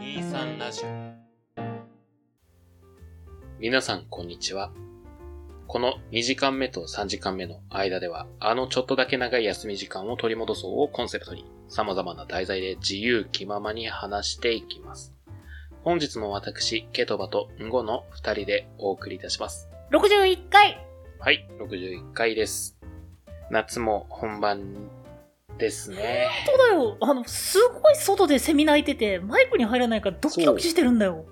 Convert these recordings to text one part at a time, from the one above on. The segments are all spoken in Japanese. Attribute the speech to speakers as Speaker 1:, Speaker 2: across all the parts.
Speaker 1: 23ラジオ皆さんこんにちはこの2時間目と3時間目の間ではあのちょっとだけ長い休み時間を取り戻そうをコンセプトに様々な題材で自由気ままに話していきます本日も私ケトバとンゴの2人でお送りいたします
Speaker 2: 61回
Speaker 1: はい61回です夏も本番ですね
Speaker 2: そうだよあのすごい外でセミ鳴いててマイクに入らないからドキドキしてるんだよ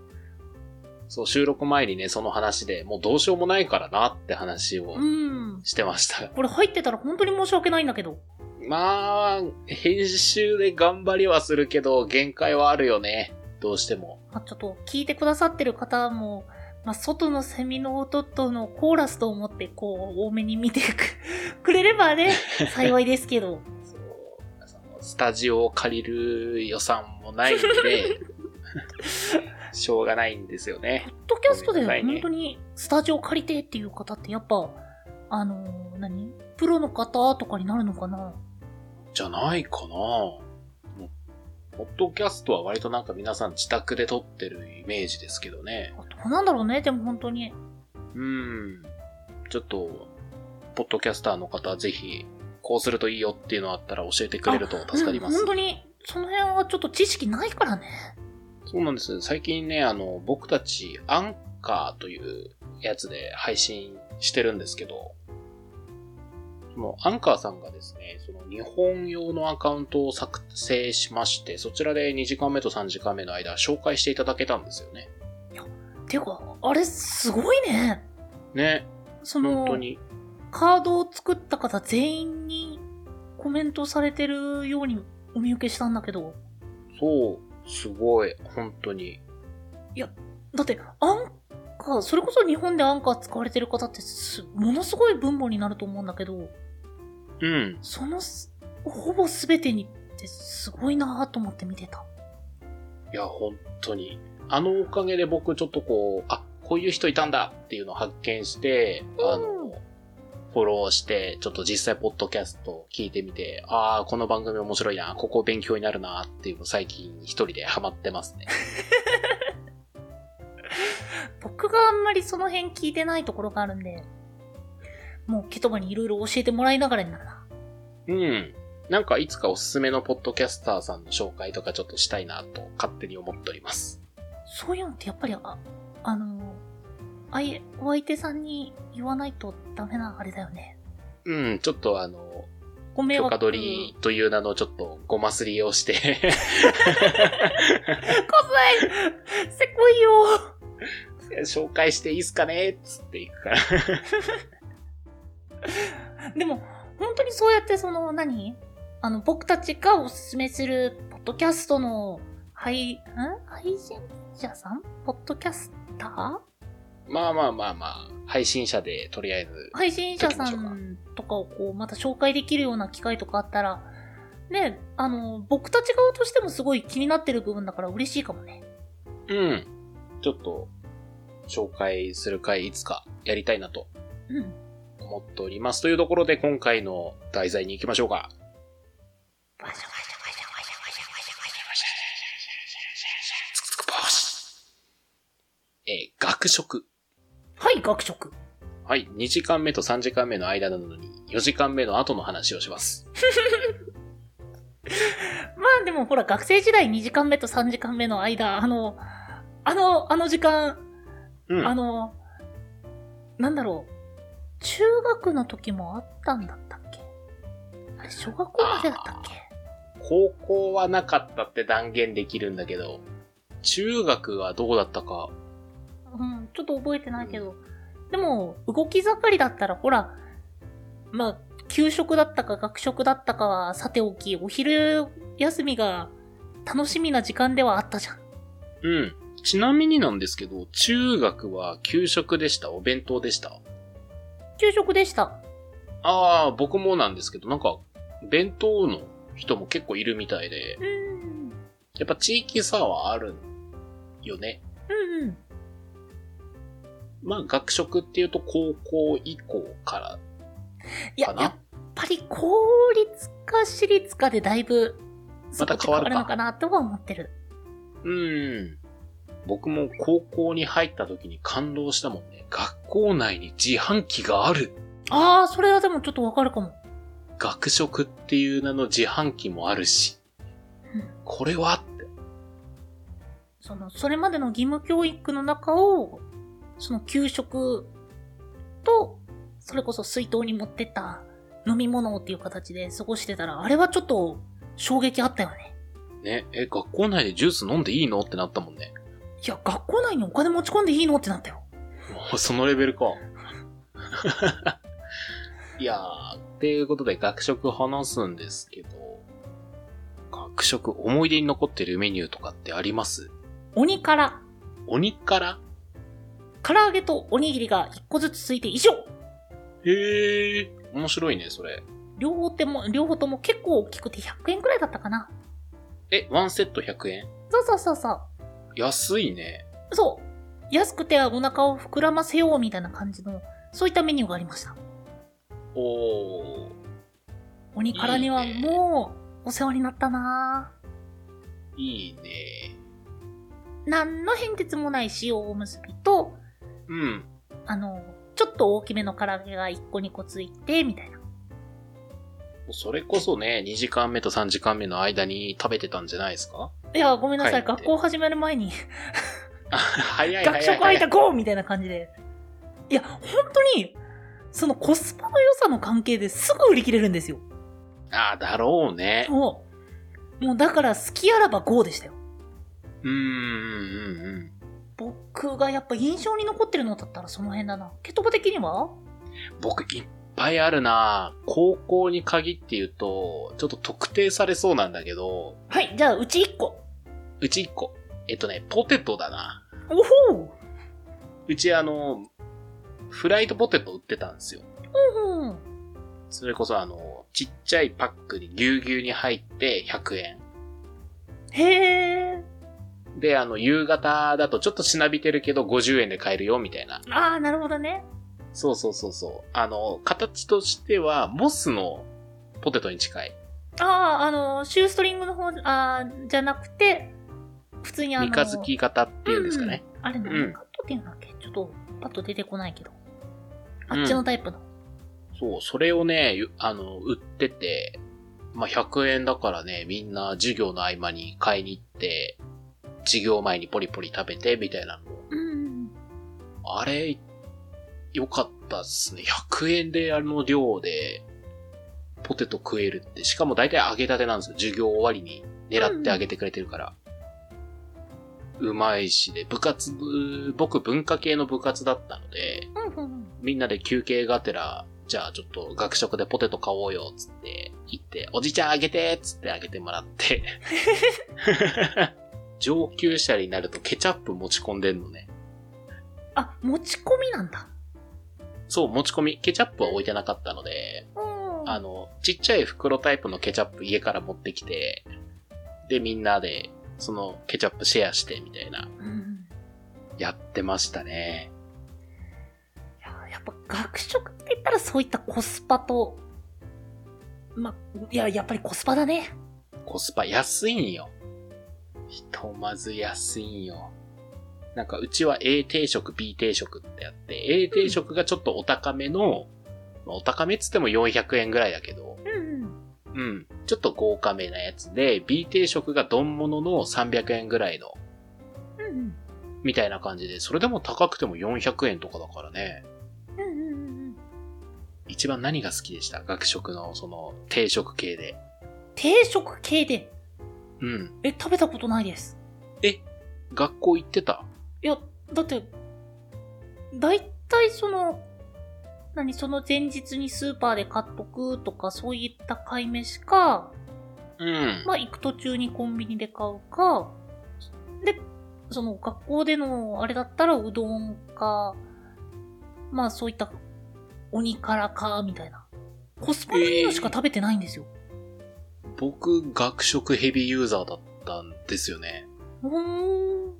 Speaker 1: そう、収録前にね、その話で、もうどうしようもないからなって話を
Speaker 2: うん
Speaker 1: してました。
Speaker 2: これ入ってたら本当に申し訳ないんだけど
Speaker 1: まあ、編集で頑張りはするけど、限界はあるよね。どうしても。
Speaker 2: まあちょっと聞いてくださってる方も、まあ、外のセミの音とのコーラスと思ってこう多めに見てく くれればね幸いですけど
Speaker 1: そうそのスタジオを借りる予算もないん で、しょうがないんですよね
Speaker 2: ポッ。ドキャストで
Speaker 1: ごめんなさいね
Speaker 2: 本当にスタジオ借りてっていう方ってやっぱあのー何プロの方とかになるのかな
Speaker 1: じゃないかなもうポッドキャストは割となんか皆さん自宅で撮ってるイメージですけどね。
Speaker 2: あどうなんだろうねでも本当に
Speaker 1: うん。ちょっと、ポッドキャスターの方、ぜひ、こうするといいよっていうのあったら教えてくれると助かります。
Speaker 2: うん本当に、その辺はちょっと知識ないからね。
Speaker 1: そうなんです。最近ね、あの、僕たち、アンカーというやつで配信してるんですけど、その、アンカーさんがですね、その、日本用のアカウントを作成しまして、そちらで2時間目と3時間目の間、紹介していただけたんですよね。
Speaker 2: てか、あれ、すごいね。
Speaker 1: ね、
Speaker 2: そ
Speaker 1: 本
Speaker 2: の
Speaker 1: 当、に。
Speaker 2: カードを作った方全員にコメントされてるようにお見受けしたんだけど。
Speaker 1: そう、すごい、本当に。
Speaker 2: だって、アンカー、それこそ日本でアンカー使われてる方ってす、ものすごい分母になると思うんだけど、
Speaker 1: うん。
Speaker 2: そのす、ほぼ全てにってすごいなぁと思って見てた。
Speaker 1: いや、本当に。あのおかげで僕ちょっとこう、あ、こういう人いたんだっていうのを発見して、あ
Speaker 2: うん
Speaker 1: の、フォローして、ちょっと実際ポッドキャストを聞いてみて、ああ、この番組面白いな、ここ勉強になるなっていうの最近一人でハマってますね。
Speaker 2: 僕があんまりその辺聞いてないところがあるんで、もうケトバにいろいろ教えてもらいながらになるな。
Speaker 1: うん。なんかいつかおすすめのポッドキャスターさんの紹介とかちょっとしたいなと勝手に思っております。
Speaker 2: そういうのってやっぱり、あ、あの、あい、お相手さんに言わないとダメなあれだよね。
Speaker 1: うん、ちょっとあの、
Speaker 2: ご迷
Speaker 1: 許
Speaker 2: 惑。
Speaker 1: 可取りという名のちょっとごますりをして、
Speaker 2: こいせこいよ
Speaker 1: 紹介していいっすかねつっていくから。
Speaker 2: でも、本当にそうやってその、何あの、僕たちがおすすめする、ポッドキャストの、配、ん配信者さんポッドキャスター
Speaker 1: まあまあまあまあ、配信者でとりあえず。
Speaker 2: 配信者さんとかをこう、また紹介できるような機会とかあったら、ね、あの、僕たち側としてもすごい気になってる部分だから嬉しいかもね。
Speaker 1: うん。ちょっと、紹介する回いつかやりたいなと
Speaker 2: うん。
Speaker 1: 思っております。というところで今回の題材に行きましょうか。
Speaker 2: バシャバシャバシャバシャバシャバシャバシャ
Speaker 1: つくつくぼうしえー学食。
Speaker 2: はい、学食。
Speaker 1: はい。2時間目と3時間目の間なのに、4時間目の後の話をします。
Speaker 2: まあでもほら、学生時代2時間目と3時間目の間、あの、あの、あの時間、
Speaker 1: う
Speaker 2: あ
Speaker 1: ん。
Speaker 2: の、なんだろう。中学の時もあったんだったっけあれ、小学校までだったっけ
Speaker 1: 高校はなかったって断言できるんだけど、中学はどうだったか。
Speaker 2: うん、ちょっと覚えてないけど。でも、動き盛りだったら、ほら、まあ、給食だったか学食だったかはさておき、お昼休みが楽しみな時間ではあったじゃん。
Speaker 1: うん。ちなみになんですけど、中学は給食でしたお弁当でした
Speaker 2: 給食でした。
Speaker 1: ああ、僕もなんですけど、なんか、弁当の人も結構いるみたいで、
Speaker 2: うん。うん
Speaker 1: やっぱ地域差はあるよね。
Speaker 2: うん。
Speaker 1: まあ、学食っていうと高校以降か
Speaker 2: い
Speaker 1: らか
Speaker 2: や、やっ
Speaker 1: な。
Speaker 2: ぱり公立か私立かでだいぶ、
Speaker 1: また変わるか
Speaker 2: そこって変わるのかなとは思ってる。
Speaker 1: うん。僕も高校に入った時に感動したもんね。学校内に自販機がある。
Speaker 2: ああ、それはでもちょっとわかるかも。
Speaker 1: 学食っていう名の自販機もあるし
Speaker 2: うん。
Speaker 1: これはって。
Speaker 2: その、それまでの義務教育の中を、その給食と、それこそ水筒に持ってった飲み物っていう形で過ごしてたら、あれはちょっと衝撃あったよね。
Speaker 1: ね、え、学校内でジュース飲んでいいのってなったもんね。
Speaker 2: いや、学校内にお金持ち込んでいいのってなったよ。
Speaker 1: もうそのレベルか。 いやー、っていうことで学食話すんですけど、学食思い出に残ってるメニューとかってあります
Speaker 2: 鬼から、
Speaker 1: 鬼から
Speaker 2: 唐揚げとおにぎりが一個ずつついて以上
Speaker 1: へえ、ー、面白いね、それ。
Speaker 2: 両方ても、両方とも結構大きくて100円くらいだったかな。
Speaker 1: え、ワンセット100円
Speaker 2: そうそうそうそう。
Speaker 1: 安いね。
Speaker 2: そう。安くてお腹を膨らませようみたいな感じの、そういったメニューがありました。
Speaker 1: おー。
Speaker 2: 鬼からにはい
Speaker 1: いね
Speaker 2: もう、お世話になったない
Speaker 1: いね。
Speaker 2: ぁ。何の変哲もない塩おむすびと、
Speaker 1: うん。
Speaker 2: あの、ちょっと大きめの唐揚げが1個2個ついて、みたいな。
Speaker 1: それこそね、2時間目と3時間目の間に食べてたんじゃないですか
Speaker 2: いや、ごめんなさい。
Speaker 1: はい
Speaker 2: 学校始める前に、
Speaker 1: 早い早
Speaker 2: 学
Speaker 1: い
Speaker 2: 食
Speaker 1: 早
Speaker 2: 空
Speaker 1: い
Speaker 2: いたゴーみたいな感じで。いや、本当に、そのコスパの良さの関係ですぐ売り切れるんですよ。
Speaker 1: ああ、だろうね。
Speaker 2: もう、もうだから好きあらばゴーでしたよ。
Speaker 1: うん、うん、うん、うん。
Speaker 2: 僕がやっぱ印象に残ってるのだったらその辺だな。ケトバ的には
Speaker 1: 僕いっぱいあるな高校に限って言うと、ちょっと特定されそうなんだけど、
Speaker 2: はい、じゃあうち1個。
Speaker 1: うち1個。えっとね、ポテトだな。
Speaker 2: おほ
Speaker 1: うちあの、フライドポテト売ってたんですよ。
Speaker 2: ううん。
Speaker 1: それこそあの、ちっちゃいパックにぎゅうぎゅうに入って100円。
Speaker 2: へえ。
Speaker 1: で、あの、夕方だとちょっとしなびてるけど50円で買えるよ、みたいな。
Speaker 2: ああ、なるほどね。
Speaker 1: そうそうそうそう。あの、形としては、モスのポテトに近い。
Speaker 2: ああ、あの、シューストリングの方、あーじゃなくて、普通にあの、
Speaker 1: 三日月型っていうんですかね。
Speaker 2: うん。あれ、
Speaker 1: ん
Speaker 2: 何カットっていうんだっけちょっと、パッと出てこないけど。あっちのタイプの。
Speaker 1: そう、それをね、ゆあの、売ってて、まあ、100円だからね、みんな授業の合間に買いに行って、授業前にポリポリ食べて、みたいなの。
Speaker 2: うん。
Speaker 1: あれ、よかったっすね。100円であの量で、ポテト食えるって。しかも大体揚げたてなんですよ。授業終わりに狙って揚げてくれてるから。うまいしで、部活部、僕文化系の部活だったので、
Speaker 2: うんう んうん。
Speaker 1: みんなで休憩がてら、じゃあちょっと学食でポテト買おうよ、つって、行って、おじちゃんあげてっつってあげてもらって。 上級者になるとケチャップ持ち込んでんのね。
Speaker 2: あ、持ち込みなんだ。
Speaker 1: そう、持ち込み。ケチャップは置いてなかったので、
Speaker 2: うん。
Speaker 1: あの、ちっちゃい袋タイプのケチャップ家から持ってきて、で、みんなで、そのケチャップシェアして、みたいな、
Speaker 2: うん。
Speaker 1: やってましたね。
Speaker 2: いやーやっぱ学食って言ったらそういったコスパと、ま、いや、やっぱりコスパだね。
Speaker 1: コスパ安いんよ。ひとまず安いんよ。なんかうちは A 定食、B 定食ってあって、A 定食がちょっとお高めの、まあお高めっつっても400円ぐらいだけど、
Speaker 2: うんうん。
Speaker 1: うん、ちょっと豪華めなやつで、B 定食が丼物の300円ぐらいの、
Speaker 2: うん
Speaker 1: みたいな感じで、それでも高くても400円とかだからね。
Speaker 2: うんうんうんうんうん
Speaker 1: 一番何が好きでした学食のその定食系で。
Speaker 2: 定食系で
Speaker 1: うん。
Speaker 2: え食べたことないです
Speaker 1: え、学校行ってた
Speaker 2: いやだってだいたいその何その前日にスーパーで買っとくとかそういった買い飯か
Speaker 1: うん。
Speaker 2: まあ行く途中にコンビニで買うかでその学校でのあれだったらうどんかまあそういった鬼からかみたいなコスパのいいのしか食べてないんですよ、
Speaker 1: 僕、学食ヘビーユーザーだったんですよね。
Speaker 2: うーん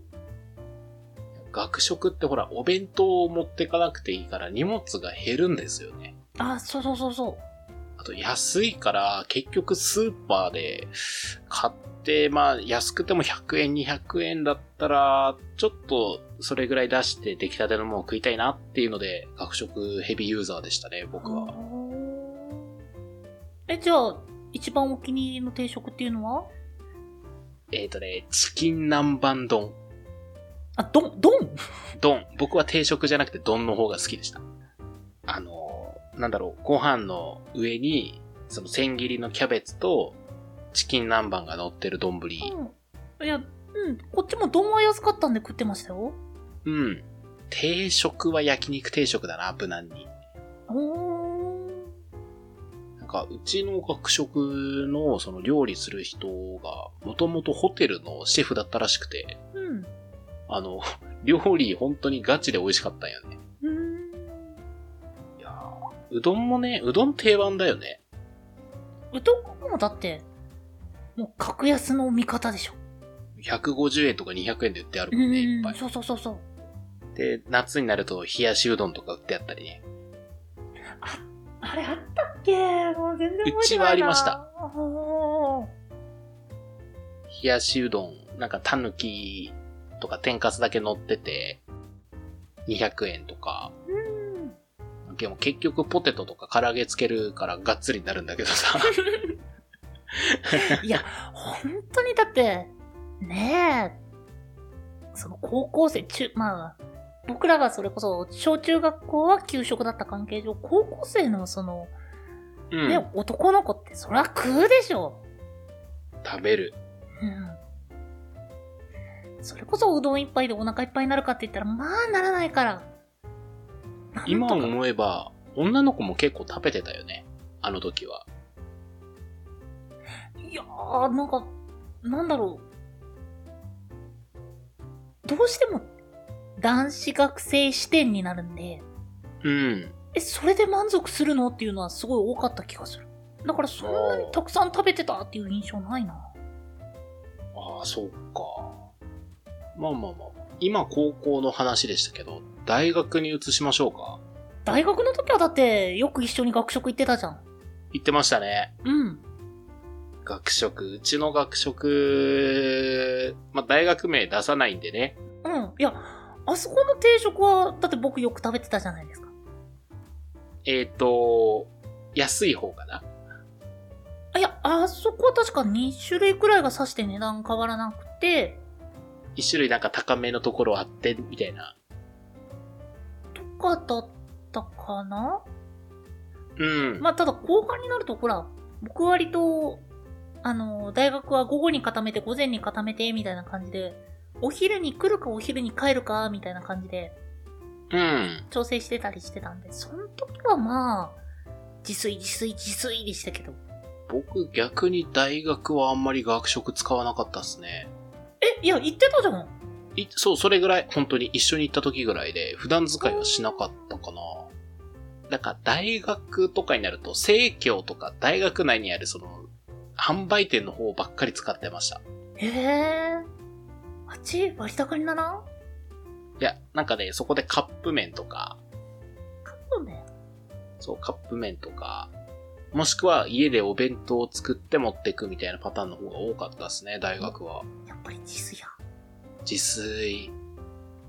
Speaker 1: 学食ってほら、お弁当を持ってかなくていいから荷物が減るんですよね。
Speaker 2: あそうそうそうそう
Speaker 1: あとと安いから、結局スーパーで買って、まあ安くても100円、200円だったら、ちょっとそれぐらい出して出来たてのものを食いたいなっていうので、学食ヘビーユーザーでしたね、僕は。
Speaker 2: え、じゃあ、一番お気に入りの定食っていうのは
Speaker 1: えっ、とね、チキン南蛮丼。
Speaker 2: あ、どん、どん
Speaker 1: 丼。僕は定食じゃなくて丼の方が好きでした。あのー、なんだろう、ご飯の上に、その千切りのキャベツと、チキン南蛮が乗ってる丼。
Speaker 2: うん。いや、うん、こっちも丼は安かったんで食ってましたよ。
Speaker 1: うん。定食は焼肉定食だな、無難に。
Speaker 2: お
Speaker 1: なんか、うちの学食の、その料理する人が、もともとホテルのシェフだったらしくて、
Speaker 2: うん。
Speaker 1: あの、 料理本当にガチで美味しかったんよね。
Speaker 2: うん。
Speaker 1: いやーうどんもね、うどん定番だよね。
Speaker 2: うどんもだって、もう格安の味方でしょ。
Speaker 1: 150円とか200円で売ってある
Speaker 2: う
Speaker 1: もんね、いっぱ
Speaker 2: ん。
Speaker 1: い。
Speaker 2: そうそうそうそう。
Speaker 1: で、夏になると冷やしうどんとか売ってあったりね。
Speaker 2: あれあったっけもう全然覚えてないな
Speaker 1: うちはありました。
Speaker 2: おー
Speaker 1: 冷やしうどん、なんかたぬきとか天かすだけ乗ってて、200円とか。
Speaker 2: うん。
Speaker 1: でも結局ポテトとか唐揚げつけるからがっつりになるんだけど さ。
Speaker 2: いや、本当にだって、ねえ、その高校生、中、まあ、僕らがそれこそ、小中学校は給食だった関係上、高校生のその、
Speaker 1: うん。
Speaker 2: ね、男の子ってそりゃ食うでしょ。
Speaker 1: 食べる。
Speaker 2: うん。それこそうどん一杯でお腹いっぱいになるかって言ったら、まあならないから。
Speaker 1: 今
Speaker 2: なんとか
Speaker 1: 思えば、女の子も結構食べてたよね。あの時は。
Speaker 2: いやー、なんか、なんだろう。どうしても、男子学生視点になるんで、
Speaker 1: うん。
Speaker 2: え、それで満足するのっていうのはすごい多かった気がする。だからそんなにたくさん食べてたっていう印象ないな。
Speaker 1: ああ、そうか。まあまあまあ。今高校の話でしたけど、大学に移しましょうか。
Speaker 2: 大学の時はだって、よく一緒に学食行ってたじゃん。
Speaker 1: 行ってましたね。
Speaker 2: うん。
Speaker 1: 学食、うちの学食、まあ、大学名出さないんでね。
Speaker 2: うん。いや、あそこの定食は、だって僕よく食べてたじゃないですか。
Speaker 1: えっ、と、安い方かな。
Speaker 2: あいや、あそこは確か2種類くらいが指して値段変わらなくて、
Speaker 1: 一種類なんか高めのところあって、みたいな。
Speaker 2: とかだったかな
Speaker 1: うん。
Speaker 2: まあ、ただ後半になると、ほら、僕割と、あの、大学は午後に固めて、午前に固めて、みたいな感じで、お昼に来るかお昼に帰るか、みたいな感じで
Speaker 1: うん。
Speaker 2: 調整してたりしてたんで、その時はまあ、自炊、自炊、自炊でしたけど。
Speaker 1: 僕逆に大学はあんまり学食使わなかったっすね。
Speaker 2: え、いや、言ってたじゃん。
Speaker 1: いそう、それぐらい、本当に一緒に行った時ぐらいで、普段使いはしなかったかな。なんか大学とかになると、生協とか大学内にあるその、販売店の方ばっかり使ってました。
Speaker 2: へえ。あっち割高にならん
Speaker 1: いや、なんかね、そこでカップ麺とか、
Speaker 2: カップ麺
Speaker 1: そう、カップ麺とか、もしくは家でお弁当を作って持ってくみたいなパターンの方が多かったですね、大学は。
Speaker 2: やっぱり自炊や。
Speaker 1: 自炊。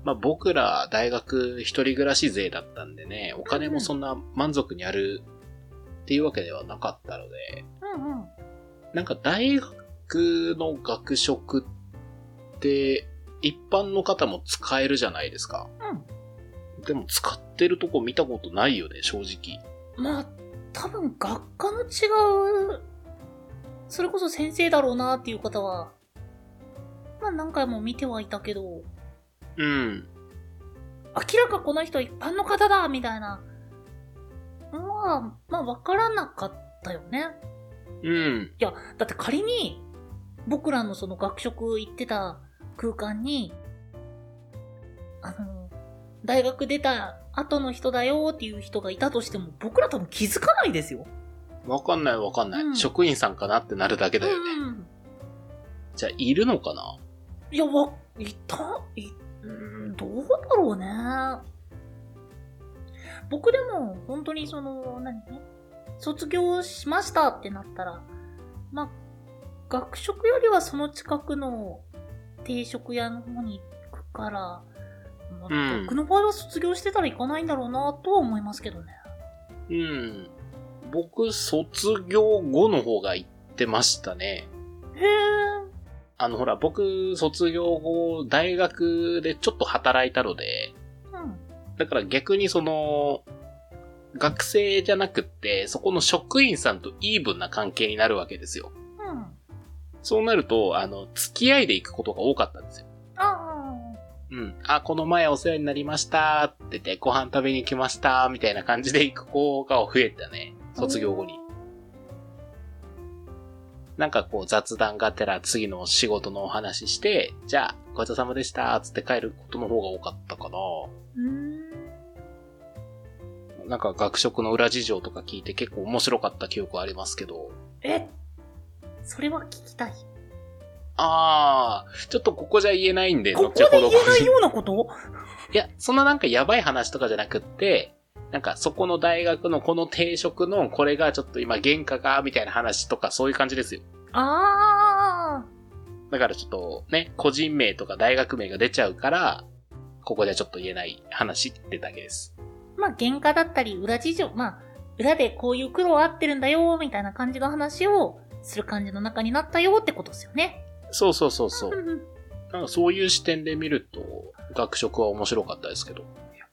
Speaker 1: まあ僕ら大学一人暮らし税だったんでね、お金もそんな満足にあるっていうわけではなかったので、
Speaker 2: うんうん。
Speaker 1: なんか大学の学食って一般の方も使えるじゃないですか。でも使ってるとこ見たことないよね、正直。
Speaker 2: うん。まあ、多分学科の違う、それこそ先生だろうなっていう方は、まあ何回も見てはいたけど、明
Speaker 1: うん。
Speaker 2: らかこの人一般の方だみたいな。まあ、まあわからなかったよね。
Speaker 1: うん。
Speaker 2: いや、だって仮に、僕らのその学食行ってた空間に、あの、大学出た後の人だよっていう人がいたとしても、僕ら多分気づかないですよ。
Speaker 1: わかんないわかんない、
Speaker 2: うん
Speaker 1: 職員さんかなってなるだけだよね。
Speaker 2: ん。
Speaker 1: じゃあ、いるのかない
Speaker 2: や、わ、いた、い、うん、どうだろうね。僕でも、本当にその、何卒業しましたってなったら、まあ、学食よりはその近くの定食屋の方に行くから、まあ
Speaker 1: うん
Speaker 2: 僕の場合は卒業してたら行かないんだろうなとは思いますけどね。
Speaker 1: うん。僕、卒業後の方が行ってましたね。
Speaker 2: へえ。
Speaker 1: あの、ほら、僕、卒業後、大学でちょっと働いたので、
Speaker 2: うん。
Speaker 1: だから逆にその、学生じゃなくって、そこの職員さんとイーブンな関係になるわけですよ。
Speaker 2: うん。
Speaker 1: そうなると、あの、付き合いで行くことが多かったんですよ。
Speaker 2: ああ。
Speaker 1: うん。あ、この前お世話になりましたって言って、ご飯食べに来ましたみたいな感じで行く子が増えたね。卒業後に。。なんかこう雑談がてら次の仕事のお話しして、じゃあ、ごちそうさまでしたつって帰ることの方が多かったか
Speaker 2: うーん。
Speaker 1: な。なんか学食の裏事情とか聞いて結構面白かった記憶ありますけど。
Speaker 2: えそれは聞きたい。
Speaker 1: あー、ちょっとここじゃ言えないんで、
Speaker 2: ここで言えないようなこと
Speaker 1: いや、そんななんかやばい話とかじゃなくって、なんかそこの大学のこの定食のこれがちょっと今原価が、みたいな話とかそういう感じですよ。
Speaker 2: ああ。
Speaker 1: だからちょっとね、個人名とか大学名が出ちゃうから、ここではちょっと言えない話ってだけです。
Speaker 2: まあ、喧嘩だったり、裏事情、まあ、裏でこういう苦労あってるんだよ、みたいな感じの話をする感じの中になったよってことですよね。
Speaker 1: そうそうそうそうう。
Speaker 2: んうん
Speaker 1: なんかそういう視点で見ると、学食は面白かったですけど。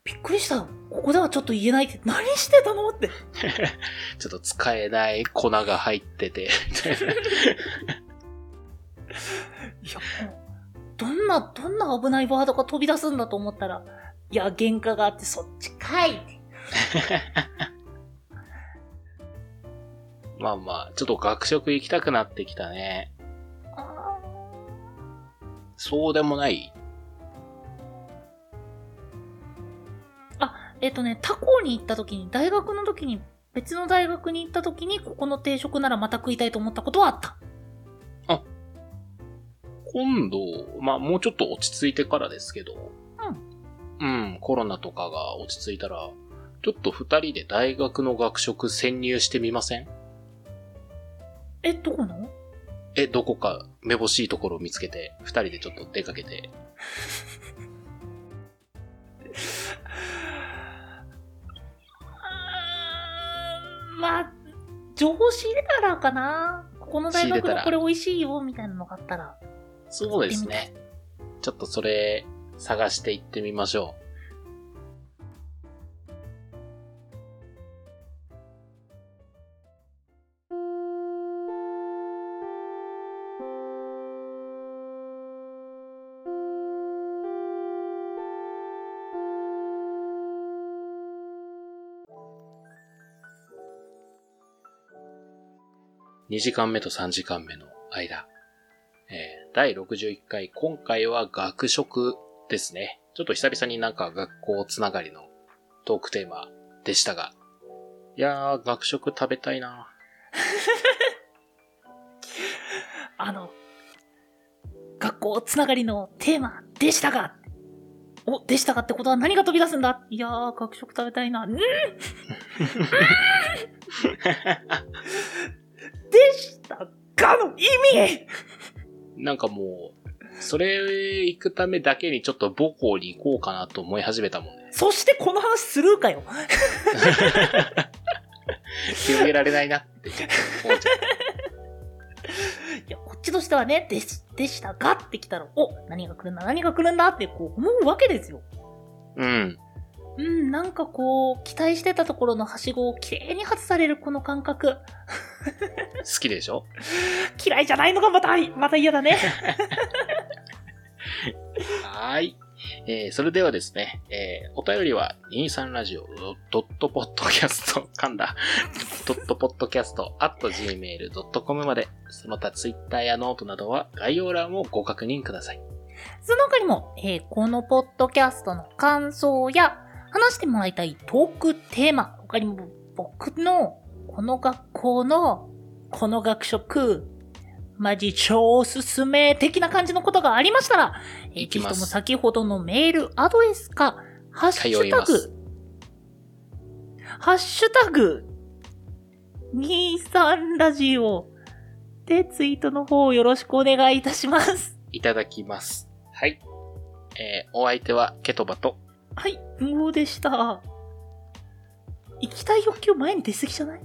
Speaker 2: びっくりした。ここではちょっと言えないって、何してたのって。
Speaker 1: ちょっと使えない粉が入ってて、 みたいな。
Speaker 2: いや、もうどんな、どんな危ないワードが飛び出すんだと思ったら、いや、喧嘩があってそっちかいって。
Speaker 1: まあまあ、ちょっと学食行きたくなってきたね。
Speaker 2: あ
Speaker 1: そうでもない
Speaker 2: ーえっ、とね、他校に行った時に、大学の時に、別の大学に行った時に、ここの定食ならまた食いたいと思ったことはあった。
Speaker 1: 今度、まあもうちょっと落ち着いてからですけど、うん。コロナとかが落ち着いたら、ちょっと二人で大学の学食潜入してみません
Speaker 2: え、どこの
Speaker 1: え、どこかめぼしいところを見つけて、二人でちょっと出かけて。
Speaker 2: うーんまあ、情報仕入れたらかな。ここの大
Speaker 1: 仕入れ
Speaker 2: 学
Speaker 1: た
Speaker 2: の
Speaker 1: ら
Speaker 2: これ美味しいよ、みたいなのがあったら。
Speaker 1: そうですね。ちょっとそれ、探して行ってみましょう。2時間目と3時間目の間。えー第61回、今回は学食ですね。ちょっと久々になんか学校つながりのトークテーマでしたが。いやー、学食食べたいな
Speaker 2: あの、学校つながりのテーマでしたが、お、でしたがってことは何が飛び出すんだいやー、学食食べたいな。 うんうんでしたがの意味
Speaker 1: なんかもう、それ行くためだけにちょっと母校に行こうかなと思い始めたもんね。
Speaker 2: そしてこの話スルーかよ。
Speaker 1: 広げられないなってちょっと思っちゃった。
Speaker 2: いや、こっちとしてはね、でし、でしたがってきたら、お、何が来るんだ、何が来るんだってこう思うわけですよ。
Speaker 1: うん。
Speaker 2: うん、なんかこう、期待してたところのはしごを綺麗に外されるこの感覚。
Speaker 1: 好きでしょ
Speaker 2: 嫌いじゃないのがまた、また嫌だね。
Speaker 1: はーい。えー、それではですね、えー、お便りは、23ラジオ、ドットポッドキャスト、噛んだ、ドットポッドキャスト、at gmail.com まで、その他ツイッターやノートなどは概要欄をご確認ください。
Speaker 2: その他にも、えーこのポッドキャストの感想や、話してもらいたいトークテーマ、他にも僕の、この学校の、この学食、マジ超おすすめ的な感じのことがありましたら、えー、
Speaker 1: いき
Speaker 2: ぜひ
Speaker 1: ます
Speaker 2: とも先ほどのメールアドレスか、ハッシ
Speaker 1: 通い
Speaker 2: ュタ
Speaker 1: ま
Speaker 2: グ
Speaker 1: す、
Speaker 2: ハッシュタグ、 23ラジオでツイートの方よろしくお願いいたします。
Speaker 1: いただきます。はい。えー、お相手はケトバと、
Speaker 2: はい、無謀でした。行きたい欲求前に出すぎじゃない